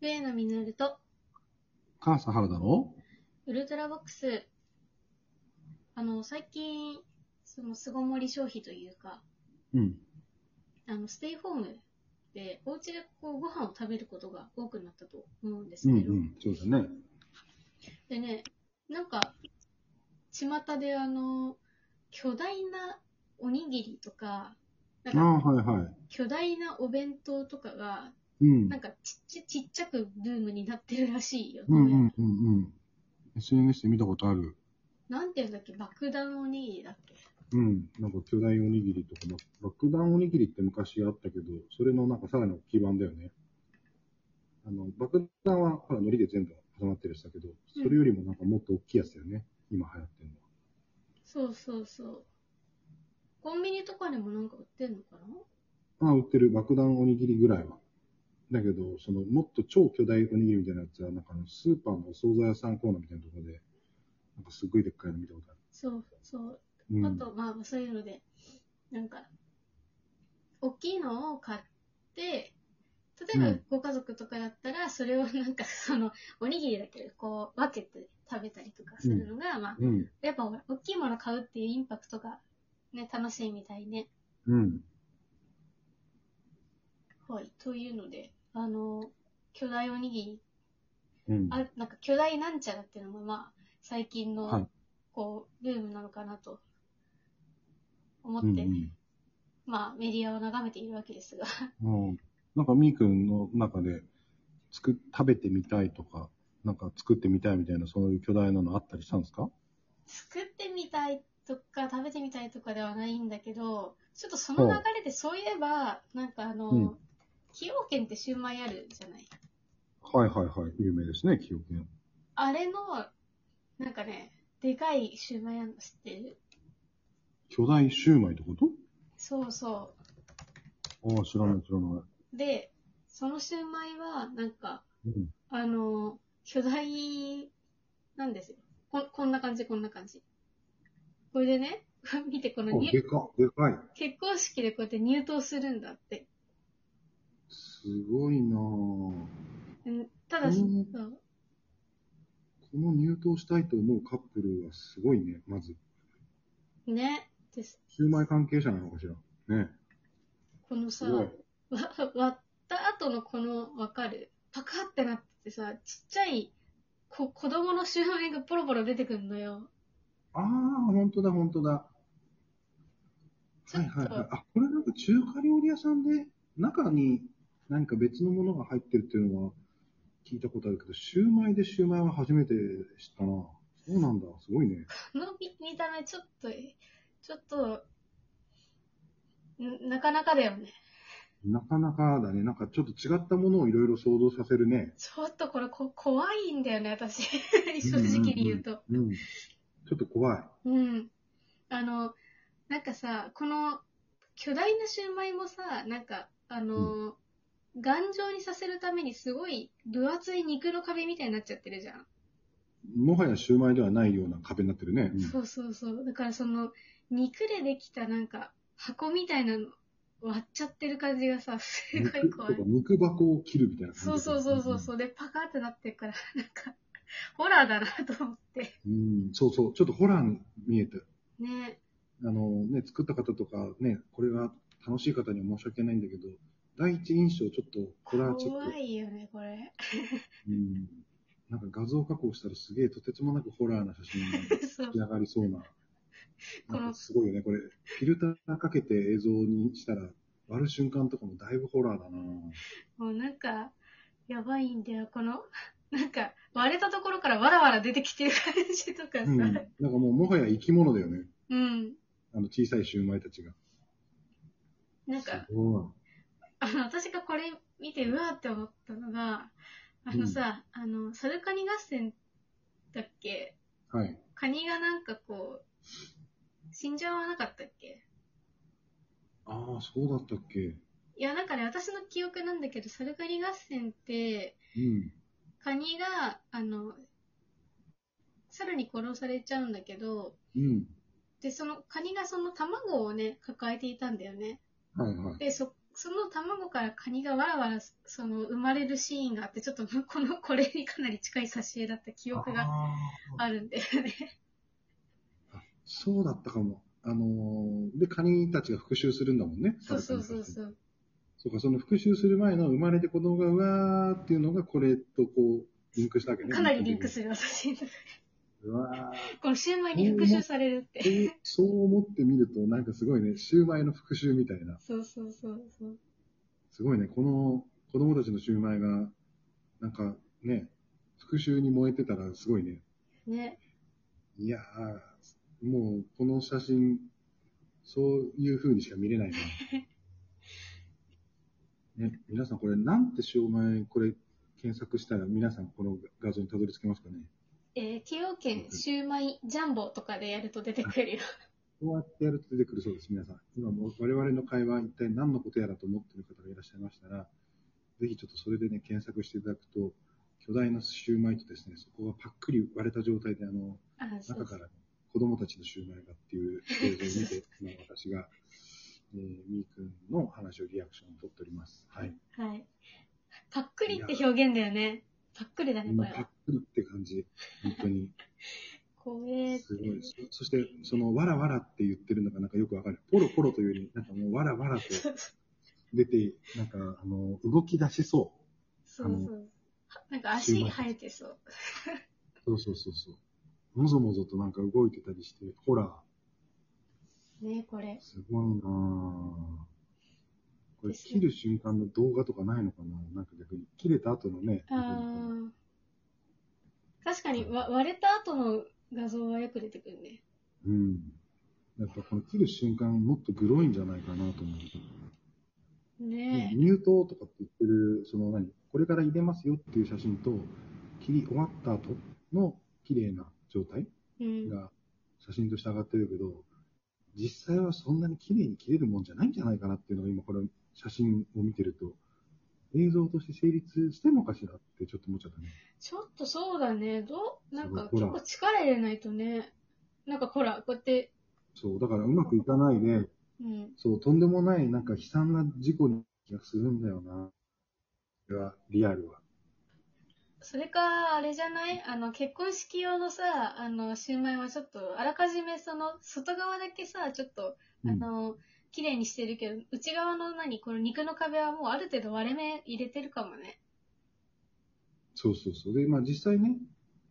上野実と母さん原田のウルトラボックス。あの、最近、その巣ごもり消費というか、うん。あの、ステイホームで、お家でこうご飯を食べることが多くなったと思うんですうんうけど、ん。そうだね。でね、なんか、巷であの、巨大なおにぎりとか、なんああ、かはいは巨大なお弁当とかが、い。うんな。んかちっちゃちっちゃくブームになってるらしいよね。うんうんうんうん。SNS で見たことある。なんていうんだっけ、爆弾おにぎりだっけ。うん。なんか巨大おにぎりとか、ま爆弾おにぎりって昔あったけど、それのなんかさらに基盤だよね。あの、爆弾はほら海苔で全部挟まってるやつだけど、それよりもなんかもっと大きいやつだよね。今流行ってるのは。そうそうそう。コンビニとかでもなんか売ってんのかなまあ、売ってる爆弾おにぎりぐらいは。だけど、その、もっと超巨大おにぎりみたいなやつは、なんかあの、スーパーのお惣菜屋さんコーナーみたいなところで、なんかすごいでっかいの見たことある。そうそう。うん。あと、まあそういうので、なんか、大きいのを買って、例うえばんご家族とかだったら、それをなんか その、おにぎりだけど、こう分けて食べたりとかするのが、まあ、うん。やっぱほら大きいもの買うっていうインパクトがね、楽しいみたいね。うん。はい。というので、あの、巨大おにぎりうん。あなんか巨大なんちゃらっていうのも、まあ、最近の、はいこう、ブームなのかなと思っうんて、うんまあ、メディアを眺めているわけですが、 うん。なんか、みーくんの中で、つく、食べてみたいとか、なんか作ってみたいみたいな、そういう巨大なのあったりしたんですか作ってみたいとか、食べてみたいとかではないんだけど、ちょっとその流れで、そういえば、なんかあの、うん崎陽軒ってシューマイあるじゃない。はいはいはい。有名ですね、記憶が。あれの、なんかね、でかいシューマイあるの知ってる巨大シューマイってことそうそう。ああ、知らない知らなで、そのシューマイは、なんか、い。うん。あの、巨大なんですよ。こんこんな感じ、こんな感じ。これでね、 見てこのあ、入でか、でかい。結婚式でこうやって入刀するんだって。すごいなぁ。うんただし、うんそうこの入党したいと思うカップルはすごいね、まず。ね、ですシューマイ関係者なのかしら。ね。このさ、すごいわ。割った後のこの、わかるパカってなっててさ、ちっちゃいこ子供のシューマイがポロポロ出てくるのよ。ああ、本当だ、本当だ。はちいょっと、はいはい。あ、これなんか中華料理屋さんで、中に何か別のものが入ってるっていうのは聞いたことあるけど、シューマイでシューマイは初めて知ったなそうなんだ、すごいね。この見見た目ちょっと、ちょっと、んなかなかだよね。なかなかだね。なんかちょっと違ったものをいろいろ想像させるね。ちょっとこれこ怖いんだよね、私。正直に言うと。うん。ちょっと怖い。うんあの、なんかさ、この巨大なシューマイもさ、なんか、あの、頑丈にさせるためにすごい分厚い肉の壁みたいになっちゃってるじゃん。もはやシューマイではないような壁になってるね。うんそうそうそう。だからその、肉でできたなんか箱みたいなの割っちゃってる感じがさ、すごい肉と怖かい。肉箱を切るみたいな感じそうそうそうそうそう。で、パカーってなってるから、なんか、ホラーだなと思って。うん、そうそう。ちょっとホラーに見えて。ねあのね、作った方とかね、これが楽しい方には申し訳ないんだけど、第一印象ちょっとホラーチック。怖いよね、これ。 うん。なんか画像加工したらすげえとてつもなくホラーな写真がそう出。上がり そうな。このなんかすごいよね、これ。フィルターかけて映像にしたら、割る瞬間とかもだいぶホラーだ なもうなんか、やばいんだよ、この、 なんか、割れたところからわらわら出てきてる感じとかさ。うん。なんかもうもはや生き物だよね。うん。あの小さいシューマイたちが。なんか、すごい。あの、私がこれ見て、うわーって思ったのが、あのさ、あの、サルカニ合戦だっけはい。カニがなんかこう、死んじゃわなかったっけああ、そうだったっけ。いや、なんかね、私の記憶なんだけど、サルカニ合戦って、うん。カニが、あの、猿に殺されちゃうんだけど、うん。で、そのカニがその卵をね、抱えていたんだよね。はいはい。で、そ、その卵からカニがわらわらその生まれるシーンがあって、ちょっと このこれにかなり近い挿絵だった記憶があーあるんだよね。そうだったかも。あのーで、カニたちが復讐するんだもんね。 そうそうそうそう。そうか、その復讐する前の生まれて子供がうわーっていうのが、これとこう、リンクしたわけね。かなりリンクする私の中でうわこのシューマイに復讐されるって。ー。そう思ってみると、なんかすごいね、シューマイの復讐みたいな。そうそうそうそう。すごいね、この子供たちのシューマイが、なんかね、復讐に燃えてたらすごいね。ね。いやー、もうこの写真、そういう風にしか見れないな。ね、皆さんこれ、なんてシューマイ、これ、検索したら皆さんこの画像にたどり着けますかね。えー、崎陽軒シューマイジャンボとかでやると出てくるよ。こうやってやると出てくるそうです、皆さん。今、も我々の会話、一体何のことやらと思っている方がいらっしゃいましたら、ぜひちょっとそれでね、検索していただくと、巨大なシューマイとですね、そこがパックリ割れた状態で、あの、あ、そう中そかう。ら子供たちのシューマイがっていう映像を見て、今私が、えー、みーくんの話をリアクションを取っております。はい。はい。パックリって表現だよね。パックリだね、こ今、れパッは。クリって感じ。本当に。怖えーってすごいです。そして、その、わらわらって言ってるのがなんかよくわかる。ポロポロというより、なんかもう、わらわらとそう出て、なんか、あの、動き出しそ そうそう。なんか足生えてそう。う。そうそうそうそう。もぞもぞとなんか動いてたりして、ホラー。ねこれ。すごいなぁ。これ、切る瞬間の動画とかないのかななんか逆に。切れた後のね。あー確かにわ割れた後の画像はよく出てくるね。うん。やっぱこの切る瞬間、もっとグロいんじゃないかなと思う。ねえ。入刀とかって言ってる、その何これから入れますよっていう写真と、切り終わった後の綺麗な状態うん。が写真として上がってるけど、実際はそんなに綺麗に切れるもんじゃないんじゃないかなっていうのが今これ写真を見てると、映像として成立してんのかしらってちょっと思っちゃったね。ちょっとそうだね。どうなんかす結ごいほら構力入れないとね。なんかほら、こうやって、そう、だからうまくいかないで、うん。そう、とんでもないなんか悲惨な事故に気がするんだよな。これは、リアルは。それか、あれじゃないあの、結婚式用のさ、あの、シューマイはちょっと、あらかじめその、外側だけさ、ちょっと、うあん、の、綺麗にしてるけど、内側の何この肉の壁はもうある程度割れ目入れてるかもね。そうそうそう。で、まあ実際ね、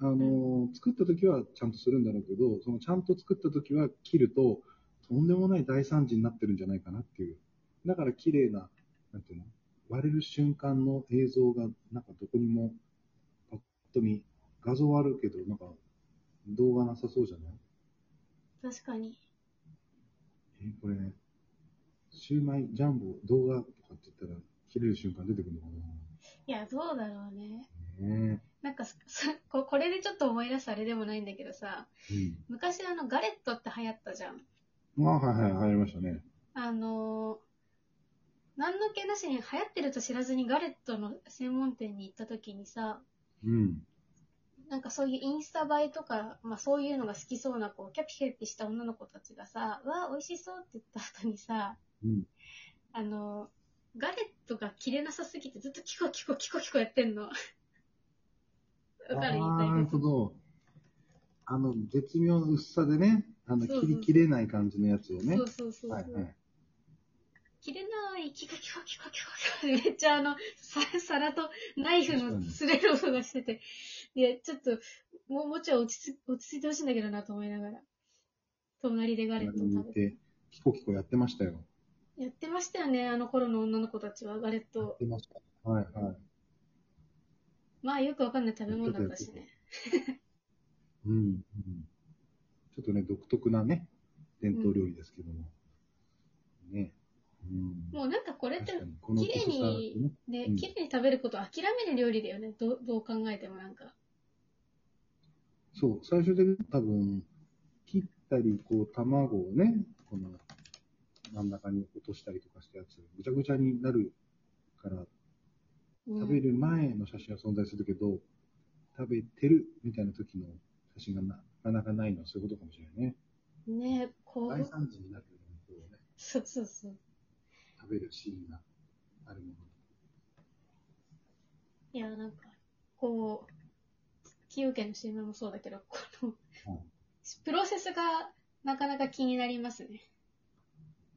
あのー作った時はちゃんとするんだろうけど、そのちゃんと作った時は切ると、とんでもない大惨事になってるんじゃないかなっていう。だから綺麗な、なんていうの割れる瞬間の映像が、なんかどこにも、パッと見、画像はあるけど、なんか、動画なさそうじゃない確かに。えーこれ、シューマイ、ジャンボ、動画とかって言ったら、切れる瞬間出てくるのかいや、どうだろうね。なねなんかそ、そ ここれでちょっと思い出すあれでもないんだけどさ、え。昔あの、ガレットって流行ったじゃん。うん。まあ、はいはい、入りましたね。あのー、何の気なしに流行ってると知らずにガレットの専門店に行った時にさ、うん。なんかそういうインスタ映えとか、まあそういうのが好きそうな、こう、キャピキャピした女の子たちがさ、わあ、美味しそうって言った後にさ、うん。あの、ガレットが切れなさすぎてずっとキコキコキコキコやってんの。わかる言いたいあーなるこほとど。あの、絶妙の薄さでね、あその、うそう切り切れない感じのやつをね。そうそうそうそう。はいはい。切れない、キコキコキコキコキコ。めっちゃあの、さ皿とナイフの擦れる音がしてて。いや、ちょっと、もう、もうちょい落ち着落ち着いてほしいんだけどなと思いながら。隣でガレットを食べて。で、キコキコやってましたよ。やってましたよね、あの頃の女の子たちは、ガレッやっト。てました。はいはい。まあ、よくわかんない食べ物だったしね。うん。うん、ちょっとね、独特なね、伝統料理ですけども。ね。うん。もうなんかこれって確、かに、この綺薄麗さ、ねに、、ねうん、綺麗に食べることを諦める料理だよね、どうどう考えてもなんか。そう、最終的に多分、切ったり、こう、卵をね、この、真ん中に落としたりとかしたやつ、ぐちゃぐちゃになるから、うん食べる前の写真は存在するけど、食べてるみたいな時の写真がななかなかないのはそういうことかもしれないね。ねこ大う、惨事になるようにこうね、そうそうそう。食べるシーンがあるもの。いや、なんか、こう、崎陽軒の CM もそうだけど、この、プロセスがなかなか気になりますね。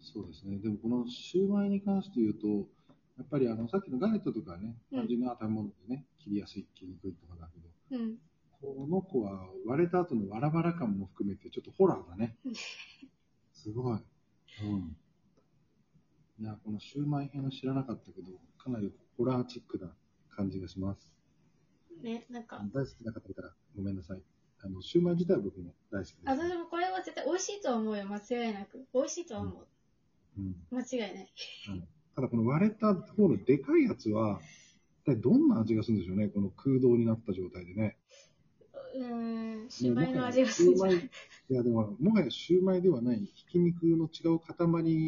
そうですね。でもこのシューマイに関して言うと、やっぱりあの、さっきのガレットとかね、うん単純な食べ物でね、切りやすい、切りにくいとかだけど、うん。この子は割れた後のわらわら感も含めて、ちょっとホラーだ ねうん。すごい。うん。いや、このシューマイ編は知らなかったけど、かなりホラーチックな感じがします。ね、なんか、大好きな方いたらごめんなさい。あの、シューマイ自体は僕も大好きです。あ、でもこれは絶対美味しいとは思うよ、間違いなく。美味しいとは思うん。う。間違いない。ただこの割れた方のでかいやつは、一体どんな味がするんでしょうね、この空洞になった状態でね。うーん、シュウマイの味がするんじゃないもはやシューマイいやでも、もはやシューマイではない、ひき肉の違う塊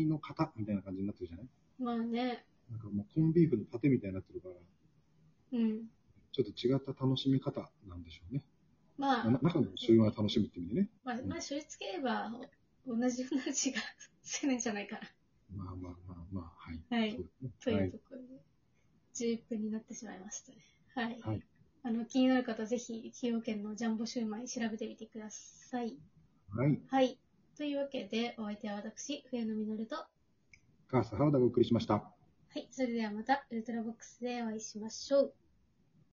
の型みたいな感じになってるじゃないまあね、なんかもうコンビーフのパテみたいになってるから、うん。ちょっと違った楽しみ方なんでしょうね。まあな、中のシューマイを楽しむって意味でね。まあ、まあ、それつければ、同じような味がするんじゃないかまあまあまあまあ、はい。な。はいそ。うですとねいはういところで、11分になってしまいましたね。はい。はいあの、気になる方、ぜひ、崎陽軒のジャンボシューマイ調べてみてください。はい。はい。というわけで、お相手は私、冬野実と、はカース原田がお送りしました。い。それではまた、ウルトラボックスでお会いしましょう。